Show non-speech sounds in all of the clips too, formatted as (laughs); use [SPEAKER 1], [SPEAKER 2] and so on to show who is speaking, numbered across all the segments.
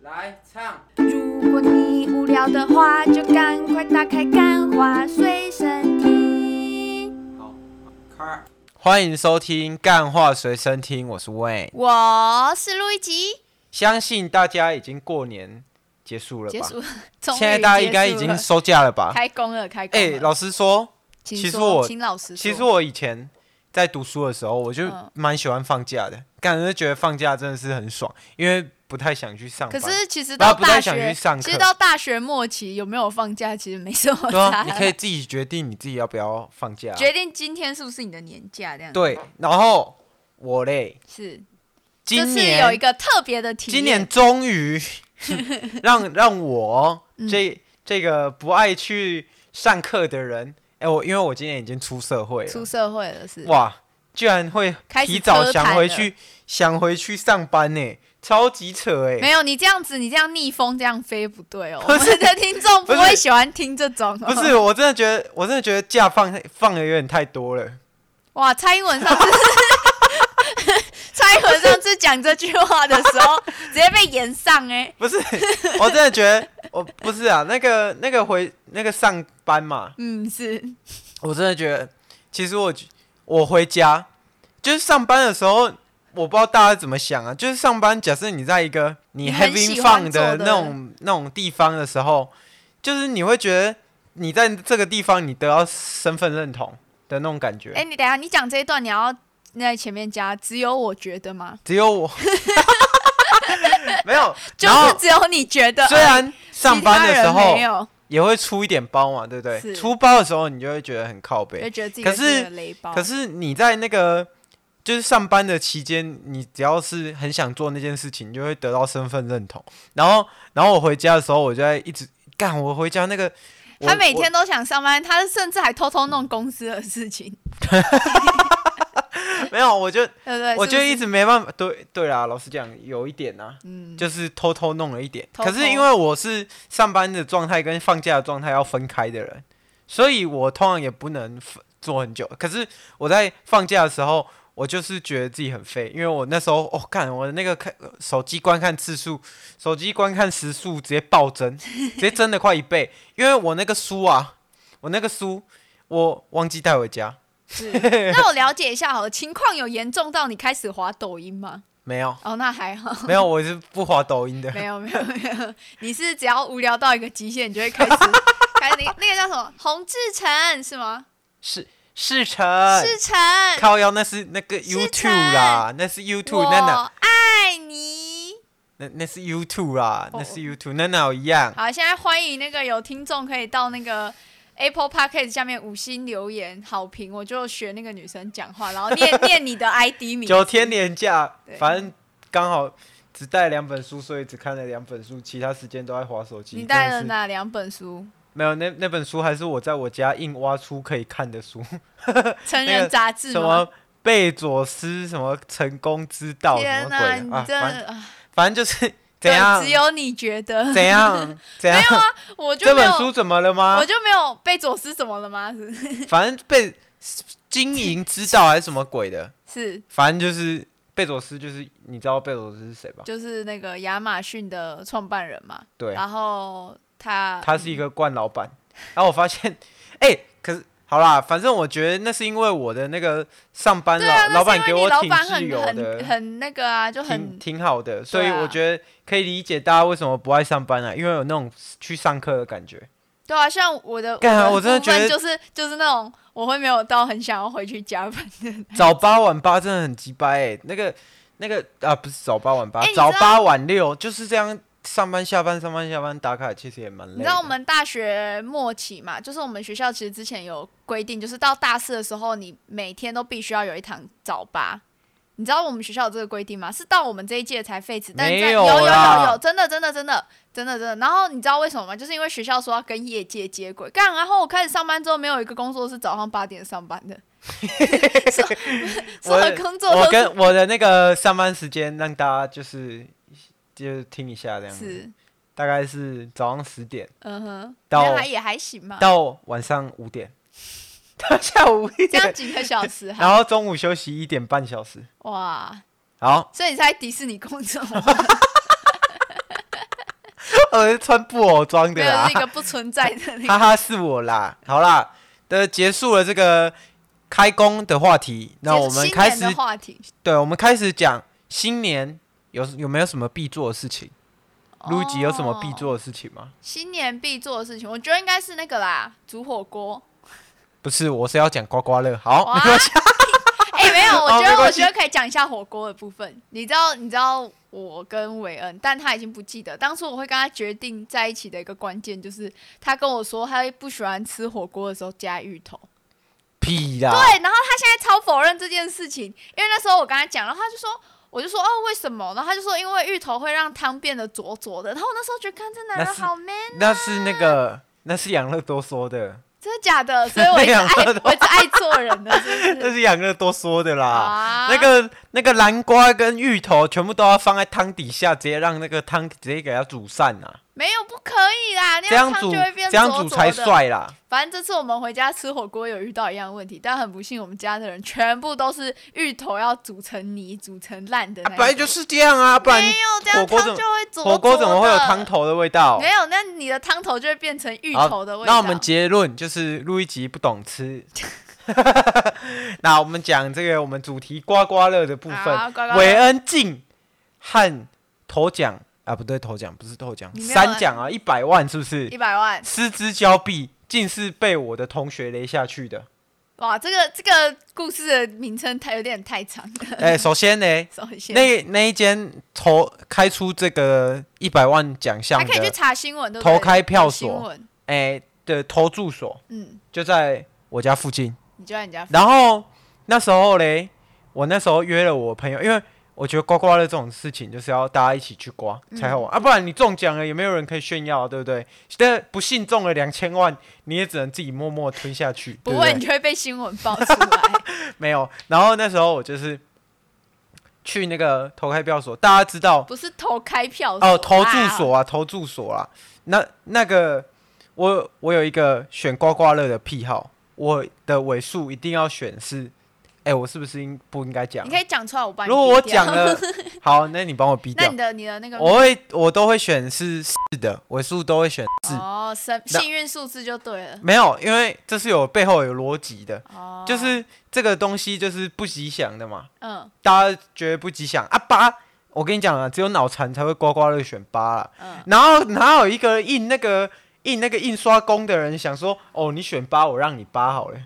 [SPEAKER 1] 来唱，
[SPEAKER 2] 如果你无聊的话，就赶快打开《干花随身听》。
[SPEAKER 1] 好，开。
[SPEAKER 3] 欢迎收听《干话随身听》，我是 Wayne。
[SPEAKER 2] 我是路易吉，
[SPEAKER 3] 相信大家已经过年结束了吧？
[SPEAKER 2] 结束了，
[SPEAKER 3] (laughs)
[SPEAKER 2] (laughs)
[SPEAKER 3] 现在大家应该已
[SPEAKER 2] 终于
[SPEAKER 3] 经
[SPEAKER 2] 结束
[SPEAKER 3] 收假了吧
[SPEAKER 2] 了？开工了，开工
[SPEAKER 3] 哎、
[SPEAKER 2] 了。
[SPEAKER 3] 老实说，
[SPEAKER 2] 请
[SPEAKER 3] 其实
[SPEAKER 2] 说
[SPEAKER 3] 我
[SPEAKER 2] 请老师说，
[SPEAKER 3] 其实我以前在读书的时候，我就
[SPEAKER 2] 嗯
[SPEAKER 3] 蛮喜欢放假的，感觉觉得放假真的是很爽，因为不太想去上
[SPEAKER 2] 可
[SPEAKER 3] 班。
[SPEAKER 2] 是其实
[SPEAKER 3] 然
[SPEAKER 2] 到
[SPEAKER 3] 后不
[SPEAKER 2] 大
[SPEAKER 3] 太想
[SPEAKER 2] 学
[SPEAKER 3] 去，上课
[SPEAKER 2] 其实到大学末期有没有放假，其实没什么
[SPEAKER 3] 对
[SPEAKER 2] 差。
[SPEAKER 3] 啊，你可
[SPEAKER 2] (laughs)
[SPEAKER 3] 以自己决定你自己要不要放假啊、
[SPEAKER 2] 决定今天是不是你的年假这样。，
[SPEAKER 3] 对，然后我嘞，
[SPEAKER 2] 是这
[SPEAKER 3] 今
[SPEAKER 2] 次有一
[SPEAKER 3] 年
[SPEAKER 2] 个特别的体验。
[SPEAKER 3] 今年终于 (laughs) 让让我
[SPEAKER 2] 嗯
[SPEAKER 3] 这、这个不爱去上课的人，哎、我因为我今年已经出社会
[SPEAKER 2] 出
[SPEAKER 3] 了，
[SPEAKER 2] 社会了是？
[SPEAKER 3] 哇，居然会
[SPEAKER 2] 开始
[SPEAKER 3] 提早
[SPEAKER 2] 车
[SPEAKER 3] 想
[SPEAKER 2] 谈
[SPEAKER 3] 回
[SPEAKER 2] 了
[SPEAKER 3] 去想回去上班呢、哎超级扯哎、
[SPEAKER 2] 没有，你这样子，你这样逆风这样飞不对哦。
[SPEAKER 3] 不
[SPEAKER 2] 我
[SPEAKER 3] 是
[SPEAKER 2] 们的听众
[SPEAKER 3] 不
[SPEAKER 2] 不
[SPEAKER 3] 是
[SPEAKER 2] 会喜欢听这种、哦。
[SPEAKER 3] 不是，我真的觉得，我真的觉得假放放的有点太多了。
[SPEAKER 2] 哇，蔡英文上次 (laughs) 蔡英文上次讲这句话的
[SPEAKER 3] (laughs)
[SPEAKER 2] 时候，直接被延上哎、
[SPEAKER 3] 不是， (laughs) 我真的觉得，我不是啊，那个那个回那个上班嘛，
[SPEAKER 2] 嗯，是
[SPEAKER 3] 我真的觉得，其实我我回家就是上班的时候，我不知道大家怎么想啊。就是上班，假设你在一个你
[SPEAKER 2] 你很
[SPEAKER 3] having
[SPEAKER 2] 喜欢
[SPEAKER 3] fun
[SPEAKER 2] 做
[SPEAKER 3] 的
[SPEAKER 2] 的
[SPEAKER 3] 那种那种地方的时候，就是你会觉得你在这个地方你得到身份认同的那种感觉。
[SPEAKER 2] 哎、你等一下，你讲这一段你要在前面加，只有我觉得吗？
[SPEAKER 3] 只有
[SPEAKER 2] (laughs)
[SPEAKER 3] 我没有，
[SPEAKER 2] 就
[SPEAKER 3] 然后
[SPEAKER 2] 是只有你觉得，呃
[SPEAKER 3] 虽然上班的时
[SPEAKER 2] 其他人
[SPEAKER 3] 候
[SPEAKER 2] 没有，
[SPEAKER 3] 也会出一点包嘛，对不
[SPEAKER 2] 是
[SPEAKER 3] 对？出包的时候你就会觉得很靠
[SPEAKER 2] 就
[SPEAKER 3] 背，
[SPEAKER 2] 觉得自己
[SPEAKER 3] 可
[SPEAKER 2] 是
[SPEAKER 3] 是
[SPEAKER 2] 个雷包。
[SPEAKER 3] 可是你在那个就是上班的期间，你只要是很想做那件事情，你就会得到身份认同。然后，然后我回家的时候，我就在一直干，我回家那个。我
[SPEAKER 2] 他每天都想上班，他甚至还偷偷弄公司的事情，
[SPEAKER 3] 我没有，我就
[SPEAKER 2] 对不对？
[SPEAKER 3] 嗯我
[SPEAKER 2] 哎是不
[SPEAKER 3] 就是一直没办法。对对啦，老实讲，有一点啊，
[SPEAKER 2] 嗯，
[SPEAKER 3] 就是偷偷弄了一点。
[SPEAKER 2] 偷
[SPEAKER 3] 可是因为我是上班的状态跟放假的状态要分开的人，所以我通常也不能分做很久。可是我在放假的时候，我就是觉得自己很废，因为我那时候哦，看我的那个看呃手机观看次数，手机观看时数直接暴
[SPEAKER 2] (laughs)
[SPEAKER 3] 增，直接增了快一倍。因为我那个书啊，我那个书我忘记带回家，
[SPEAKER 2] 是。那我了解一下好了，情况有严重到你开始滑抖音吗？
[SPEAKER 3] 没有
[SPEAKER 2] 哦，那还好。
[SPEAKER 3] 没有，我是不滑抖音 (laughs) 的。
[SPEAKER 2] (laughs) 没有没有没有，你是只要无聊到一个极限，你就会开始开始那个那 (laughs) 个叫什么洪志成是吗？
[SPEAKER 3] 是是成
[SPEAKER 2] 志成，
[SPEAKER 3] 靠腰那是那个 YouTube 啦，那是 YouTube，那哪
[SPEAKER 2] 我爱你。
[SPEAKER 3] 那那是 YouTube 啦，
[SPEAKER 2] 哦
[SPEAKER 3] 那是 YouTube，那哪有一样？
[SPEAKER 2] 好，现在欢迎那个有听众可以到那个 Apple Podcast 下面五星留言好评，我就学那个女生讲话，然后念念你的 ID 名字。
[SPEAKER 3] 九天连假
[SPEAKER 2] 对，
[SPEAKER 3] 反正刚好只带两本书，所以只看了两本书，其他时间都在划手机。
[SPEAKER 2] 你带
[SPEAKER 3] 真
[SPEAKER 2] 了
[SPEAKER 3] 的是？
[SPEAKER 2] 哪两本书？
[SPEAKER 3] 没有，那那本书还是我在我家硬挖出可以看的书，那
[SPEAKER 2] 成人
[SPEAKER 3] 个
[SPEAKER 2] 杂志
[SPEAKER 3] 什
[SPEAKER 2] 吗？
[SPEAKER 3] 么贝佐斯什么成功之道什
[SPEAKER 2] 天
[SPEAKER 3] 么
[SPEAKER 2] 哪、
[SPEAKER 3] 鬼
[SPEAKER 2] 你
[SPEAKER 3] 的啊，
[SPEAKER 2] 真
[SPEAKER 3] 反
[SPEAKER 2] 的、啊
[SPEAKER 3] 反正
[SPEAKER 2] (laughs)
[SPEAKER 3] 就是怎
[SPEAKER 2] 对
[SPEAKER 3] 样
[SPEAKER 2] 只有你觉得，
[SPEAKER 3] 怎
[SPEAKER 2] (laughs)
[SPEAKER 3] 样怎样，
[SPEAKER 2] 我就
[SPEAKER 3] 这
[SPEAKER 2] 没
[SPEAKER 3] 本
[SPEAKER 2] 有，
[SPEAKER 3] 书怎么了吗
[SPEAKER 2] 我？就没有被左思怎么了吗？是
[SPEAKER 3] 反正被经营之道还是什么鬼的。
[SPEAKER 2] 是，
[SPEAKER 3] 反正就是贝佐斯，就是你知道贝佐斯是谁吧？
[SPEAKER 2] 就是啊那个亚马逊的创办人嘛。
[SPEAKER 3] 对，
[SPEAKER 2] 然后他
[SPEAKER 3] 他是一个惯老板。然后我发现， (laughs) 哎、可是好啦，反正我觉得那是因为我的那个上班
[SPEAKER 2] 对
[SPEAKER 3] 老、
[SPEAKER 2] 啊，
[SPEAKER 3] 老
[SPEAKER 2] 那是
[SPEAKER 3] 板给
[SPEAKER 2] 因为你
[SPEAKER 3] 我
[SPEAKER 2] 老
[SPEAKER 3] 挺
[SPEAKER 2] 板
[SPEAKER 3] 自
[SPEAKER 2] 很
[SPEAKER 3] 由
[SPEAKER 2] 很
[SPEAKER 3] 的，
[SPEAKER 2] 很那个啊，就
[SPEAKER 3] 挺
[SPEAKER 2] 很
[SPEAKER 3] 挺好的，所以
[SPEAKER 2] 对啊
[SPEAKER 3] 我觉得可以理解大家为什么不爱上班啊，因为有那种去上课的感觉。
[SPEAKER 2] 对啊。像我的，
[SPEAKER 3] 干啊
[SPEAKER 2] 我
[SPEAKER 3] 我真的
[SPEAKER 2] 部分
[SPEAKER 3] 觉得
[SPEAKER 2] 就是就是那种我会没有到很想要回去加班的。
[SPEAKER 3] 早八晚八真的很鸡掰哎，那个那个啊，不是早八晚八，
[SPEAKER 2] 哎你知道
[SPEAKER 3] 早八晚六就是这样，上班下班上班下班打卡，其实也蛮累的。
[SPEAKER 2] 你知道我们大学末期嘛，就是我们学校其实之前有规定，就是到大四的时候，你每天都必须要有一堂早八。你知道我们学校有这个规定吗？是到我们这一届才废止，但是在
[SPEAKER 3] 没
[SPEAKER 2] 有
[SPEAKER 3] 有
[SPEAKER 2] 有有
[SPEAKER 3] 啦
[SPEAKER 2] 有，真的真的真的真的真的。然后你知道为什么吗？就是因为学校说要跟业界接轨，干。然后我开始上班之后，没有一个工作是早上八点上班
[SPEAKER 3] (laughs)
[SPEAKER 2] 的，所所有的工作
[SPEAKER 3] 我
[SPEAKER 2] 都是
[SPEAKER 3] 跟我的那个上班时间，让大家就是就是听一下这样子，
[SPEAKER 2] 是
[SPEAKER 3] 大概是早上十点
[SPEAKER 2] 嗯哼，
[SPEAKER 3] 到
[SPEAKER 2] 那还也还行嘛，
[SPEAKER 3] 到晚上五点， (laughs) 到下午一
[SPEAKER 2] 这样
[SPEAKER 3] 点，
[SPEAKER 2] 几个小
[SPEAKER 3] (laughs)
[SPEAKER 2] 时还
[SPEAKER 3] 然后中午休息一点半小时。
[SPEAKER 2] 哇，
[SPEAKER 3] 好， (laughs)
[SPEAKER 2] 所以你是在迪士尼工作吗。
[SPEAKER 3] 我是穿布偶装的
[SPEAKER 2] 没有
[SPEAKER 3] 啦
[SPEAKER 2] 是一，个不存在的那
[SPEAKER 3] (laughs)
[SPEAKER 2] 个。
[SPEAKER 3] 哈哈，是我啦。好啦，的结束了这个开工的话题，那我们
[SPEAKER 2] 新
[SPEAKER 3] 开
[SPEAKER 2] 年
[SPEAKER 3] 始
[SPEAKER 2] 的，话题，
[SPEAKER 3] 对，我们开始讲新年有有没有什么必做的事情？路吉有什么必
[SPEAKER 2] 哦？
[SPEAKER 3] 做的事情吗？
[SPEAKER 2] 新年必做的事情，我觉得应该是那个啦，煮火锅。
[SPEAKER 3] 不是，我是要讲刮刮乐。好，
[SPEAKER 2] 哇
[SPEAKER 3] 没关系，
[SPEAKER 2] (laughs) 哎、没 (laughs) 有，我觉
[SPEAKER 3] 没
[SPEAKER 2] 得、我
[SPEAKER 3] 关系
[SPEAKER 2] 觉得可以讲一下火锅的部分。你知道，你知道我跟韦恩，但他已经不记得当初我会跟他决定在一起的一个关键，就是他跟我说他不喜欢吃火锅的时候加芋头。
[SPEAKER 3] 屁啦。
[SPEAKER 2] 对，然后他现在超否认这件事情，因为那时候我跟他讲，然后他就说，我就说哦为什么？然后他就说因为芋头会让汤变得浊浊的。然后我那时候觉得，看这男
[SPEAKER 3] 那
[SPEAKER 2] 人
[SPEAKER 3] 是
[SPEAKER 2] 好 man，
[SPEAKER 3] 那是那个，那是养乐多说的，
[SPEAKER 2] 真的假的？所以
[SPEAKER 3] (laughs)
[SPEAKER 2] 我一直
[SPEAKER 3] 两
[SPEAKER 2] 爱，
[SPEAKER 3] 个
[SPEAKER 2] 我一直爱做人的，是不
[SPEAKER 3] (laughs) 那
[SPEAKER 2] 是？
[SPEAKER 3] 是养乐多说的啦。
[SPEAKER 2] 啊
[SPEAKER 3] 那个那个南瓜跟芋头全部都要放在汤底下，直接让那个汤直接给它煮散呐、啊，
[SPEAKER 2] 没有不可以啦，那
[SPEAKER 3] 这样
[SPEAKER 2] 汤
[SPEAKER 3] 煮
[SPEAKER 2] 就会变
[SPEAKER 3] 这样
[SPEAKER 2] 浊
[SPEAKER 3] 煮
[SPEAKER 2] 浊
[SPEAKER 3] 才
[SPEAKER 2] 的。
[SPEAKER 3] 帅啦。
[SPEAKER 2] 反正这次我们回家吃火锅有遇到一样的问题，但很不幸，我们家的人全部都是芋头要煮成泥、煮成烂的
[SPEAKER 3] 啊
[SPEAKER 2] 那一种、
[SPEAKER 3] 本来就是这样啊，不然
[SPEAKER 2] 没有这
[SPEAKER 3] 火
[SPEAKER 2] 样
[SPEAKER 3] 锅
[SPEAKER 2] 汤
[SPEAKER 3] 怎
[SPEAKER 2] 就
[SPEAKER 3] 么
[SPEAKER 2] 会浊
[SPEAKER 3] 火锅怎么会有
[SPEAKER 2] 浊的
[SPEAKER 3] 汤头的味道？
[SPEAKER 2] 没有，那你的汤头就会变成芋
[SPEAKER 3] 好
[SPEAKER 2] 头的味道。
[SPEAKER 3] 那我们结论就是路易吉不懂吃。 (laughs) 那我们讲这个我们主题刮刮乐的部
[SPEAKER 2] 好
[SPEAKER 3] 分
[SPEAKER 2] 刮刮，乐
[SPEAKER 3] 韦恩进和头奖啊，不对，头奖不是头奖，
[SPEAKER 2] 你没有
[SPEAKER 3] 三奖啊，一百万是不
[SPEAKER 2] 一
[SPEAKER 3] 是？
[SPEAKER 2] 百万，
[SPEAKER 3] 失之交臂，竟是被我的同学雷下去
[SPEAKER 2] (laughs)
[SPEAKER 3] 的。
[SPEAKER 2] 哇，这个这个故事的名称太有点太长了。 (laughs)
[SPEAKER 3] 哎、首先呢，
[SPEAKER 2] 首先，
[SPEAKER 3] 那那一间投开出这个一百万奖项
[SPEAKER 2] 还可以去
[SPEAKER 3] 的，
[SPEAKER 2] 查新闻，对不对？
[SPEAKER 3] 投开票所
[SPEAKER 2] 有新闻，
[SPEAKER 3] 哎、的投注所
[SPEAKER 2] 嗯，
[SPEAKER 3] 就在我家附近。
[SPEAKER 2] 你就在你家
[SPEAKER 3] 然后那时候嘞，我那时候约了我朋友，因为我觉得刮刮乐这种事情就是要大家一起去刮
[SPEAKER 2] 嗯
[SPEAKER 3] 才好玩、啊，不然你中奖了也没有人可以炫耀，对不对？但不幸中了两千万，你也只能自己默默吞下去，
[SPEAKER 2] 不
[SPEAKER 3] 对
[SPEAKER 2] 会，
[SPEAKER 3] 不
[SPEAKER 2] 你
[SPEAKER 3] 对？
[SPEAKER 2] 就会被新闻爆出
[SPEAKER 3] (laughs)
[SPEAKER 2] 来。
[SPEAKER 3] 没有。然后那时候我就是去那个投开票所，大家知道
[SPEAKER 2] 不是投开票所
[SPEAKER 3] 哦，投注
[SPEAKER 2] 啊，
[SPEAKER 3] 所啊，投注所啊。那那个，我我有一个选刮刮乐的癖好，我的尾数一定要选是，哎、我是不是应不应该讲啊
[SPEAKER 2] 你？可以讲出来，我帮你。
[SPEAKER 3] 如果我讲，
[SPEAKER 2] (laughs)
[SPEAKER 3] 了，好，那你帮我逼
[SPEAKER 2] 那
[SPEAKER 3] 掉
[SPEAKER 2] 你。的你的那个
[SPEAKER 3] 我会，我都会选是是的，尾数都会选是。
[SPEAKER 2] 哦，生
[SPEAKER 3] 那
[SPEAKER 2] 幸运数字就对了。
[SPEAKER 3] 没有，因为这是有背后有逻辑的，
[SPEAKER 2] 哦，
[SPEAKER 3] 就是这个东西就是不吉祥的嘛，
[SPEAKER 2] 嗯
[SPEAKER 3] 大家觉得不吉祥啊八。我跟你讲啊，只有脑残才会刮刮乐选八啦。
[SPEAKER 2] 嗯，
[SPEAKER 3] 然后哪有一个印那个印那个印刷工的人想说，哦，你选八，我让你八
[SPEAKER 2] (laughs)
[SPEAKER 3] 好了。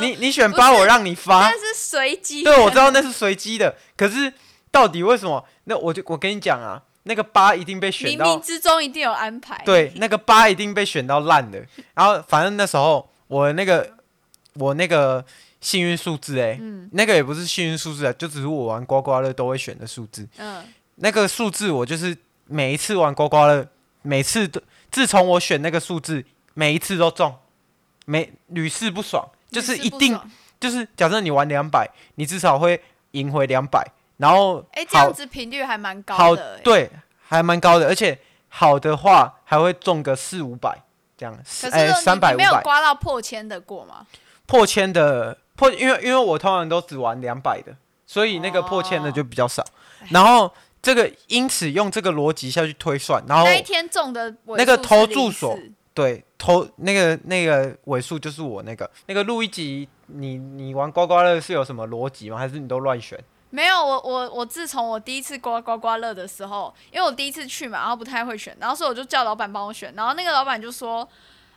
[SPEAKER 3] 你你选八，我让你发
[SPEAKER 2] 那。是随机。
[SPEAKER 3] 对，我知道那是随机的，可是到底为什么？那我就我跟你讲啊，那个八一定被选
[SPEAKER 2] 冥
[SPEAKER 3] 到
[SPEAKER 2] 冥之中一定有安排。
[SPEAKER 3] 对，那个八一定被选到烂
[SPEAKER 2] (laughs)
[SPEAKER 3] 的。然后反正那时候我那个我那个幸运数字哎、
[SPEAKER 2] 嗯
[SPEAKER 3] 那个也不是幸运数字啊，就只是我玩刮刮乐都会选的数字。
[SPEAKER 2] 嗯，
[SPEAKER 3] 那个数字，我就是每一次玩刮刮乐，每次都自从我选那个数字，每一次都中，每屡试不爽，就是
[SPEAKER 2] 屡
[SPEAKER 3] 一
[SPEAKER 2] 试不
[SPEAKER 3] 定
[SPEAKER 2] 爽
[SPEAKER 3] 就是假设你玩两百，你至少会赢回两百，然后
[SPEAKER 2] 哎、这样
[SPEAKER 3] 好
[SPEAKER 2] 子频率还蛮
[SPEAKER 3] 好
[SPEAKER 2] 高的、哎
[SPEAKER 3] 对，还蛮高的，而且好的话还会中个四五百这样，四
[SPEAKER 2] 可是
[SPEAKER 3] 哎
[SPEAKER 2] 呢
[SPEAKER 3] 三百五
[SPEAKER 2] 你没有
[SPEAKER 3] 百
[SPEAKER 2] 刮到破千的过吗？
[SPEAKER 3] 破千的破，因为因为我通常都只玩两百的，所以那个破千的
[SPEAKER 2] 哦
[SPEAKER 3] 就比较少，然后。这个因此用这个逻辑下去推算，然后
[SPEAKER 2] 那一天中的尾数
[SPEAKER 3] 哦那个
[SPEAKER 2] 是
[SPEAKER 3] 投注所
[SPEAKER 2] 04
[SPEAKER 3] 对，投那个那个尾数就是我那个那个录一集，你你玩刮刮乐是有什么逻辑吗？还是你都乱选？
[SPEAKER 2] 没有我我我自从我第一次刮刮刮乐的时候，因为我第一次去嘛，然后不太会选，然后所以我就叫老板帮我选，然后那个老板就说。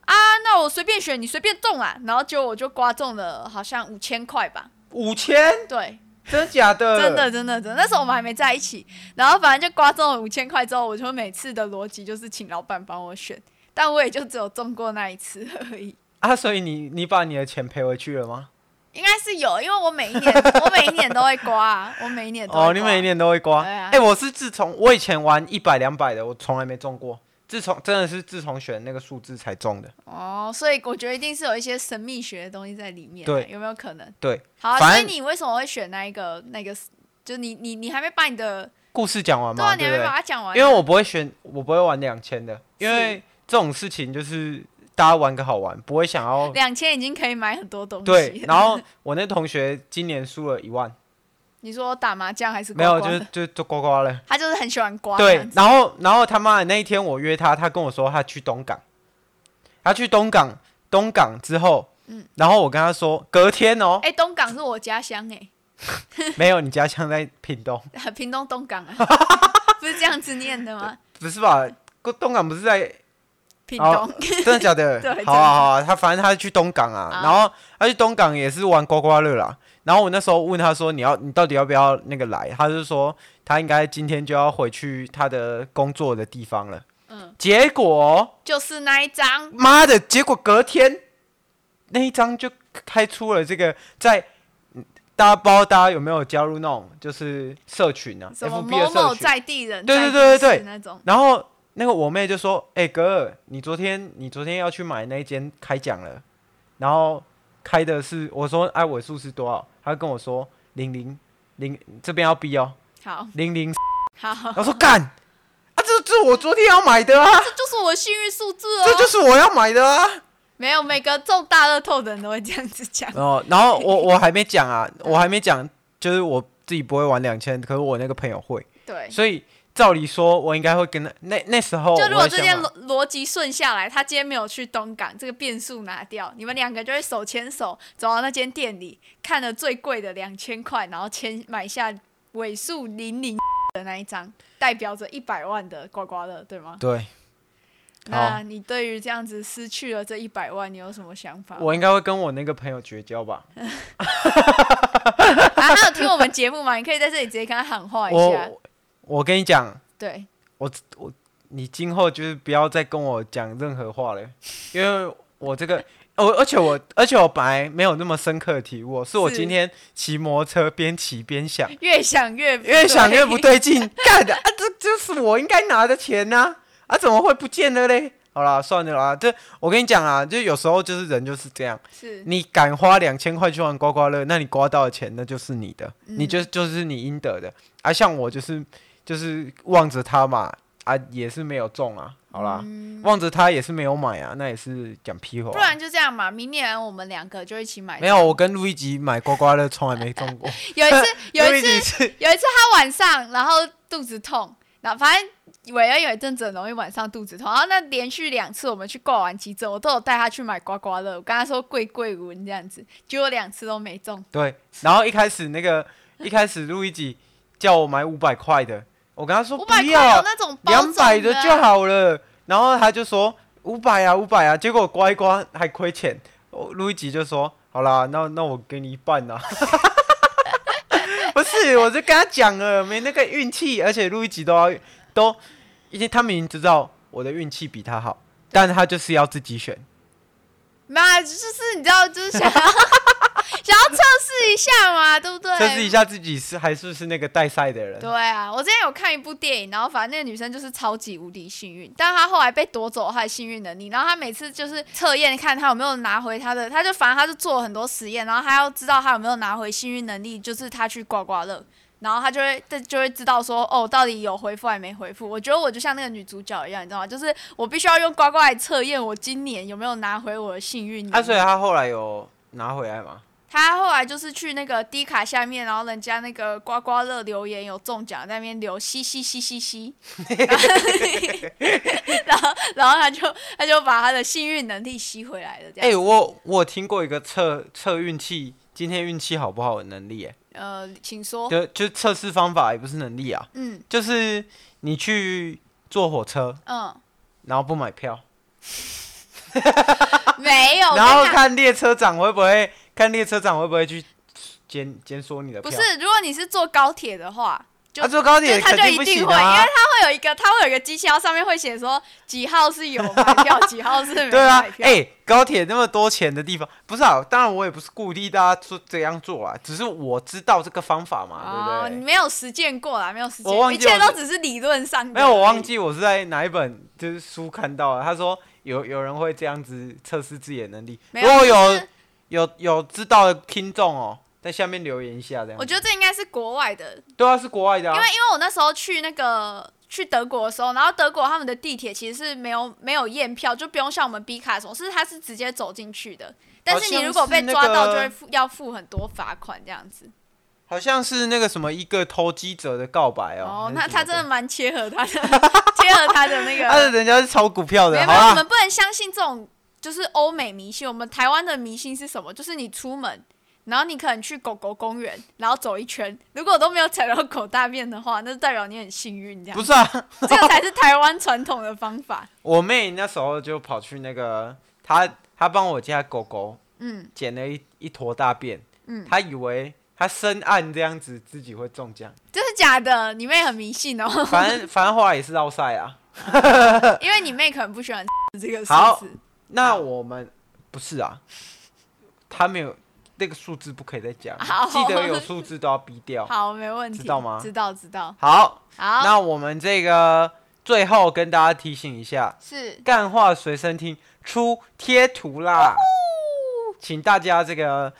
[SPEAKER 2] 啊，那我随便选，你随便中啊，然后结果我就刮中了，好像五千块吧。
[SPEAKER 3] 五千？
[SPEAKER 2] 对，
[SPEAKER 3] 真的假的？
[SPEAKER 2] 真的，真的，真的，那时候我们还没在一起，然后反正就刮中了五千块之后，我就每次的逻辑就是请老板帮我选，但我也就只有中过那一次而已。 (laughs)
[SPEAKER 3] 啊！所以你你把你的钱赔回去了吗？
[SPEAKER 2] 应该是有，因为我每一年 (laughs) 我每一年都会刮啊，我每一年都会刮
[SPEAKER 3] 哦，你每年都会刮？
[SPEAKER 2] 对啊
[SPEAKER 3] 哎、我是自从我以前玩一百两百的，我从来没中过。自从真的是自从选那个数字才中的。
[SPEAKER 2] 哦，所以我觉得一定是有一些神秘学的东西在里面啊、
[SPEAKER 3] 对
[SPEAKER 2] 有没有可能？
[SPEAKER 3] 对，
[SPEAKER 2] 好啊、
[SPEAKER 3] 反
[SPEAKER 2] 所
[SPEAKER 3] 正
[SPEAKER 2] 以你为什么会选那一个那个？就你你你还没把你的
[SPEAKER 3] 故事讲完
[SPEAKER 2] 对
[SPEAKER 3] 吗？
[SPEAKER 2] 啊，你还
[SPEAKER 3] 不
[SPEAKER 2] 没
[SPEAKER 3] 对
[SPEAKER 2] 把？它讲完啊，
[SPEAKER 3] 因为我不会选，我不会玩两千的，因
[SPEAKER 2] 是
[SPEAKER 3] 为这种事情就是大家玩个好玩，不会想要
[SPEAKER 2] 两千已经可以买很多东西了，
[SPEAKER 3] 对，然后我那同学今年输了一万，
[SPEAKER 2] (laughs) 你说打麻将还是
[SPEAKER 3] 没有，
[SPEAKER 2] 刮
[SPEAKER 3] 就
[SPEAKER 2] 刮
[SPEAKER 3] 是
[SPEAKER 2] 的
[SPEAKER 3] 就就刮刮
[SPEAKER 2] (laughs)
[SPEAKER 3] 了。
[SPEAKER 2] 他就是很喜欢刮这样
[SPEAKER 3] 对
[SPEAKER 2] 子，，
[SPEAKER 3] 然后然后他妈的那一天我约他，他跟我说他去东港，他去东港，东港之后，
[SPEAKER 2] 嗯
[SPEAKER 3] 然后我跟他说隔天哦，
[SPEAKER 2] 哎、东港是我家乡哎、 (laughs)
[SPEAKER 3] 没有，你家乡在屏东，
[SPEAKER 2] 屏东东港啊， (laughs) 不是这样子念的吗？
[SPEAKER 3] 不是吧？东港不是
[SPEAKER 2] (laughs)
[SPEAKER 3] 在
[SPEAKER 2] 屏东，
[SPEAKER 3] 哦真的假的
[SPEAKER 2] 对真？的
[SPEAKER 3] 好啊好啊，他反正他去东港啊
[SPEAKER 2] 啊，
[SPEAKER 3] 然后他去东港也是玩刮刮乐啦。然后我那时候问他说：“你要你到底要不要那个来？”他就说他应该今天就要回去他的工作的地方了。
[SPEAKER 2] 嗯，
[SPEAKER 3] 结果
[SPEAKER 2] 就是那一张，
[SPEAKER 3] 妈的，结果隔天那一张就开出了这个在。大家不知道大家有没有加入那种就是社群啊
[SPEAKER 2] 什么
[SPEAKER 3] ，FB 的
[SPEAKER 2] 某
[SPEAKER 3] 社
[SPEAKER 2] 某
[SPEAKER 3] 群？
[SPEAKER 2] 在地人，
[SPEAKER 3] 对对
[SPEAKER 2] 在地
[SPEAKER 3] 对对对
[SPEAKER 2] 市那种，
[SPEAKER 3] 然后那个我妹就说：“哎、哥儿，你昨天你昨天要去买那一间开奖了，然后开的是我说哎尾数是多少？她跟我说零零零，这边要逼哦
[SPEAKER 2] 好
[SPEAKER 3] 零 (laughs) 零。
[SPEAKER 2] 好， (laughs)
[SPEAKER 3] 然后说干啊，这这我昨天要买的啊，
[SPEAKER 2] 这就是我的幸运数字哦，
[SPEAKER 3] (laughs) 这就是我要买的啊。 (laughs)
[SPEAKER 2] 没有每个中大乐透的人都会这样子讲，
[SPEAKER 3] 然后哦然后我我还没讲啊，我还没讲，就是我自己不会玩两千，可是我那个朋友会，
[SPEAKER 2] 对。
[SPEAKER 3] 所以照理说我应该会跟他那那时候
[SPEAKER 2] 就如果
[SPEAKER 3] 哦我在
[SPEAKER 2] 这
[SPEAKER 3] 想啊
[SPEAKER 2] 件
[SPEAKER 3] 嘛
[SPEAKER 2] 逻逻辑顺下来，他今天没有去东港，这个变数拿掉，你们两个就会手牵手走到那间店里，看了最贵的两千块，然后签买下尾数零零的那一张，代表着一百万的刮刮乐，对吗？
[SPEAKER 3] 对，哦
[SPEAKER 2] 那你对于这样子失去了这一百万，你有什么想法？
[SPEAKER 3] 我应该会跟我那个朋友绝交吧。
[SPEAKER 2] 啊， (laughs) 他有听我们节目吗？你可以在这里直接跟他喊话一下。
[SPEAKER 3] 我我跟你讲，
[SPEAKER 2] 对，
[SPEAKER 3] 你今后就是不要再跟我讲任何话了， (laughs) 因为我这个 (laughs) 我而且我而且我本来没有那么深刻的体悟哦，是我
[SPEAKER 2] 是
[SPEAKER 3] 今天骑摩托车边骑边想，
[SPEAKER 2] 越想越不
[SPEAKER 3] 越想越不
[SPEAKER 2] 对。
[SPEAKER 3] 对劲，干的啊，这就是我应该拿的钱呐、啊，怎么会不见了嘞？好啦，算了啦，这我跟你讲啊，就有时候就是人就是这样，
[SPEAKER 2] (laughs) 是，
[SPEAKER 3] 你敢花两千块去玩刮刮乐，那你刮到的钱那就是你的，
[SPEAKER 2] 嗯
[SPEAKER 3] 你就就是你应得的。啊，像我就是就是望着他嘛，啊也是没有中啊，好啦，望着他也是没有买啊，那也是讲屁话啊、
[SPEAKER 2] 嗯不然就这样嘛，明年我们两个就一起买。
[SPEAKER 3] 没有，我跟路易吉买刮刮乐从来没中过，
[SPEAKER 2] 有
[SPEAKER 3] (laughs)
[SPEAKER 2] 一次， (laughs) 有
[SPEAKER 3] 路
[SPEAKER 2] 一
[SPEAKER 3] 易
[SPEAKER 2] 次
[SPEAKER 3] 吉是
[SPEAKER 2] 有一次他晚上，然后肚子痛，然后反正伟恩有一阵子很容易晚上肚子痛，然后那连续两次我们去挂完急诊，我都有带他去买刮刮乐，我跟他说桂桂文这样子，结果两次都没中。
[SPEAKER 3] 对，然后一开始那个一开始路易吉叫我买五百块的，我跟他说
[SPEAKER 2] 五
[SPEAKER 3] 不
[SPEAKER 2] 百块有
[SPEAKER 3] 要
[SPEAKER 2] 那种包
[SPEAKER 3] 两百
[SPEAKER 2] 装
[SPEAKER 3] 的就好了，然后他就说五百啊五百啊，结果刮一刮还亏钱，我路易吉就说好啦，那那我给你一半啊。 (laughs) 不是，我就跟他讲了，没那个运气，而且路易吉都要都，因为他明明知道我的运气比他好，但他就是要自己选。
[SPEAKER 2] 妈，啊就是你知道，就是想要 (laughs) 想要测试一下嘛，对不对？
[SPEAKER 3] 测试一下自己是还是不是那个带赛的人。
[SPEAKER 2] 对啊，我之前有看一部电影，然后反正那个女生就是超级无敌幸运，但她后来被夺走她的幸运能力，然后她每次就是测验看她有没有拿回她的，她就反正她就做很多实验，然后她要知道她有没有拿回幸运能力，就是她去刮刮乐，然后她就会她就会知道说哦，到底有回复还没回复。我觉得我就像那个女主角一样，你知道吗？就是我必须要用刮刮来测验我今年有没有拿回我的幸运能力。
[SPEAKER 3] 啊，所以他后来有拿回来嘛？
[SPEAKER 2] 他后来就是去那个低卡下面，然后人家那个刮刮乐留言有中奖，在那边留嘻嘻嘻
[SPEAKER 3] (laughs)
[SPEAKER 2] 嘻嘻，然后然后他就他就把他的幸运能力吸回来了，这
[SPEAKER 3] 哎、
[SPEAKER 2] 样。
[SPEAKER 3] 我我有听过一个测测运气，今天运气好不好的能力、欸，
[SPEAKER 2] 呃，请说。
[SPEAKER 3] 就就测试方法也不是能力啊，
[SPEAKER 2] 嗯
[SPEAKER 3] 就是你去坐火车，
[SPEAKER 2] 嗯，
[SPEAKER 3] 然后不买票，
[SPEAKER 2] 没有。
[SPEAKER 3] 然后
[SPEAKER 2] 我跟你讲
[SPEAKER 3] 看列车长会不会看列车长会不会去检检索你的
[SPEAKER 2] 不
[SPEAKER 3] 票。啊
[SPEAKER 2] 是，如果你是坐高铁的话，就、
[SPEAKER 3] 啊，坐高铁
[SPEAKER 2] 就他
[SPEAKER 3] 肯
[SPEAKER 2] 就
[SPEAKER 3] 定
[SPEAKER 2] 一
[SPEAKER 3] 不
[SPEAKER 2] 定
[SPEAKER 3] 行
[SPEAKER 2] 会，因
[SPEAKER 3] 啊
[SPEAKER 2] 为。他会有一个，他会有一个机器，然后上面会写说几号是有买票，几号是没
[SPEAKER 3] (laughs) 对啊
[SPEAKER 2] 买，票。
[SPEAKER 3] 哎、高铁那么多钱的地方，不是啊？当然我也不是鼓励大家做这样做啊，只是我知道这个方法嘛，对不对？
[SPEAKER 2] 啊哦你没有实践过啦，没有实践
[SPEAKER 3] 我
[SPEAKER 2] 过，
[SPEAKER 3] 忘
[SPEAKER 2] 一
[SPEAKER 3] 记我
[SPEAKER 2] 切
[SPEAKER 3] 是
[SPEAKER 2] 都只是理论上的。
[SPEAKER 3] 没有，我忘。记我是在哪一本就是书看到了，他说有有人会这样子测试自己的能力。
[SPEAKER 2] 没
[SPEAKER 3] 如
[SPEAKER 2] 有
[SPEAKER 3] 果
[SPEAKER 2] 就
[SPEAKER 3] 有
[SPEAKER 2] 是
[SPEAKER 3] 有有知道的听众哦，在下面留言一下这样。
[SPEAKER 2] 我觉
[SPEAKER 3] 得
[SPEAKER 2] 得这应该是国外的，因
[SPEAKER 3] 对啊，是国外的啊。
[SPEAKER 2] 为因为我那时候去那个去德国的时候，然后德国他们的地铁其实是没有没有验票，就不用像我们 B 卡什么，是它是直接走进去的。但是你如果被抓到，就会付、要付很多罚款这样子。
[SPEAKER 3] 好像是那个什么一个投机者的告白哦。
[SPEAKER 2] 哦，
[SPEAKER 3] 还
[SPEAKER 2] 那
[SPEAKER 3] 是什
[SPEAKER 2] 他
[SPEAKER 3] 么
[SPEAKER 2] 真的蛮切合他的， (laughs) 切合他的那
[SPEAKER 3] (laughs) 他
[SPEAKER 2] 个。
[SPEAKER 3] 的人家是炒股票
[SPEAKER 2] 没
[SPEAKER 3] 的，
[SPEAKER 2] 有，
[SPEAKER 3] 好
[SPEAKER 2] 没有我
[SPEAKER 3] 啊，
[SPEAKER 2] 们不能相信这种就是欧美迷信。我们台湾的迷信是什么？就是你出门，然后你可能去狗狗公园，然后走一圈，如果都没有踩到狗大便的话，那就代表你很幸运。这
[SPEAKER 3] 不
[SPEAKER 2] 样，
[SPEAKER 3] 是啊，
[SPEAKER 2] (laughs) 这个才是台湾传统的方法。
[SPEAKER 3] 我妹那时候就跑去那个，她她帮我家狗狗
[SPEAKER 2] 嗯，
[SPEAKER 3] 捡了一一坨大便，
[SPEAKER 2] 嗯
[SPEAKER 3] 她以为她深谙这样子自己会中奖，
[SPEAKER 2] 这是假的，你妹很迷信
[SPEAKER 3] (laughs)
[SPEAKER 2] 哦，
[SPEAKER 3] 反
[SPEAKER 2] (laughs)
[SPEAKER 3] 正反正后来也是绕赛啊。
[SPEAKER 2] 因为你妹可能不
[SPEAKER 3] (laughs)
[SPEAKER 2] 喜欢这个数
[SPEAKER 3] 好
[SPEAKER 2] 字。
[SPEAKER 3] 那我们不是啊，他没有那个数字不可以再讲，
[SPEAKER 2] 好
[SPEAKER 3] 记得有数字都要逼掉。
[SPEAKER 2] 好，没问题。
[SPEAKER 3] 知道吗
[SPEAKER 2] 知道，知道。
[SPEAKER 3] 好，
[SPEAKER 2] 好，
[SPEAKER 3] 那我们这个最后跟大家提醒一下，
[SPEAKER 2] 是
[SPEAKER 3] 干话随身听出贴图啦，请大家这个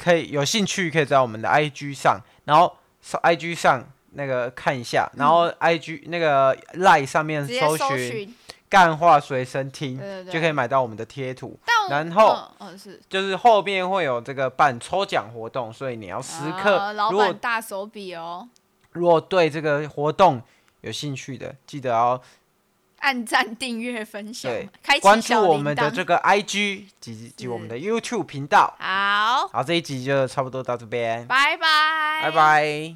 [SPEAKER 3] 可以有兴趣可以在我们的 IG 上，然后搜 IG 上那个看一下，然后 IG 那个 Line 上面
[SPEAKER 2] 嗯直接
[SPEAKER 3] 搜
[SPEAKER 2] 搜
[SPEAKER 3] 寻
[SPEAKER 2] 寻。
[SPEAKER 3] 干话随身听，
[SPEAKER 2] 对对对
[SPEAKER 3] 就可以买到我们的贴图。
[SPEAKER 2] 但我
[SPEAKER 3] 然后
[SPEAKER 2] 嗯嗯是
[SPEAKER 3] 就是后面会有这个办抽奖活动，所以你要时刻，
[SPEAKER 2] 啊老
[SPEAKER 3] 如果
[SPEAKER 2] 板大手笔哦，
[SPEAKER 3] 如果对这个活动有兴趣的，记得要
[SPEAKER 2] 按赞、订阅、分享
[SPEAKER 3] 对，
[SPEAKER 2] 开启
[SPEAKER 3] 关注
[SPEAKER 2] 哎小
[SPEAKER 3] 我
[SPEAKER 2] 铃
[SPEAKER 3] 们的
[SPEAKER 2] 铛
[SPEAKER 3] 这个 IG 及及我们的 YouTube 频道。
[SPEAKER 2] 好，
[SPEAKER 3] 好，这一集就差不多到这边，
[SPEAKER 2] 拜
[SPEAKER 3] 拜。
[SPEAKER 2] 拜，
[SPEAKER 3] 拜。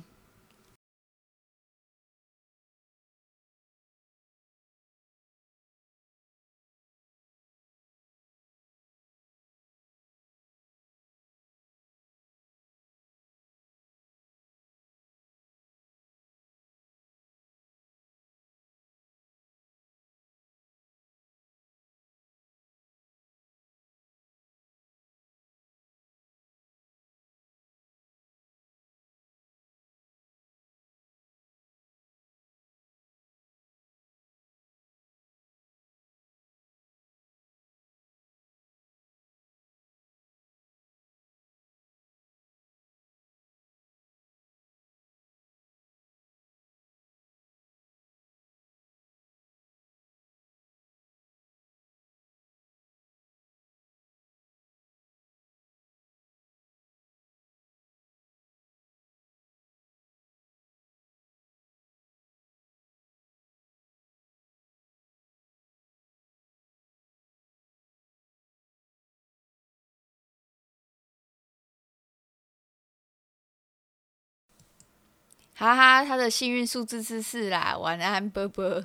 [SPEAKER 2] 哈哈，他的幸运数字是四啦，晚安，波波。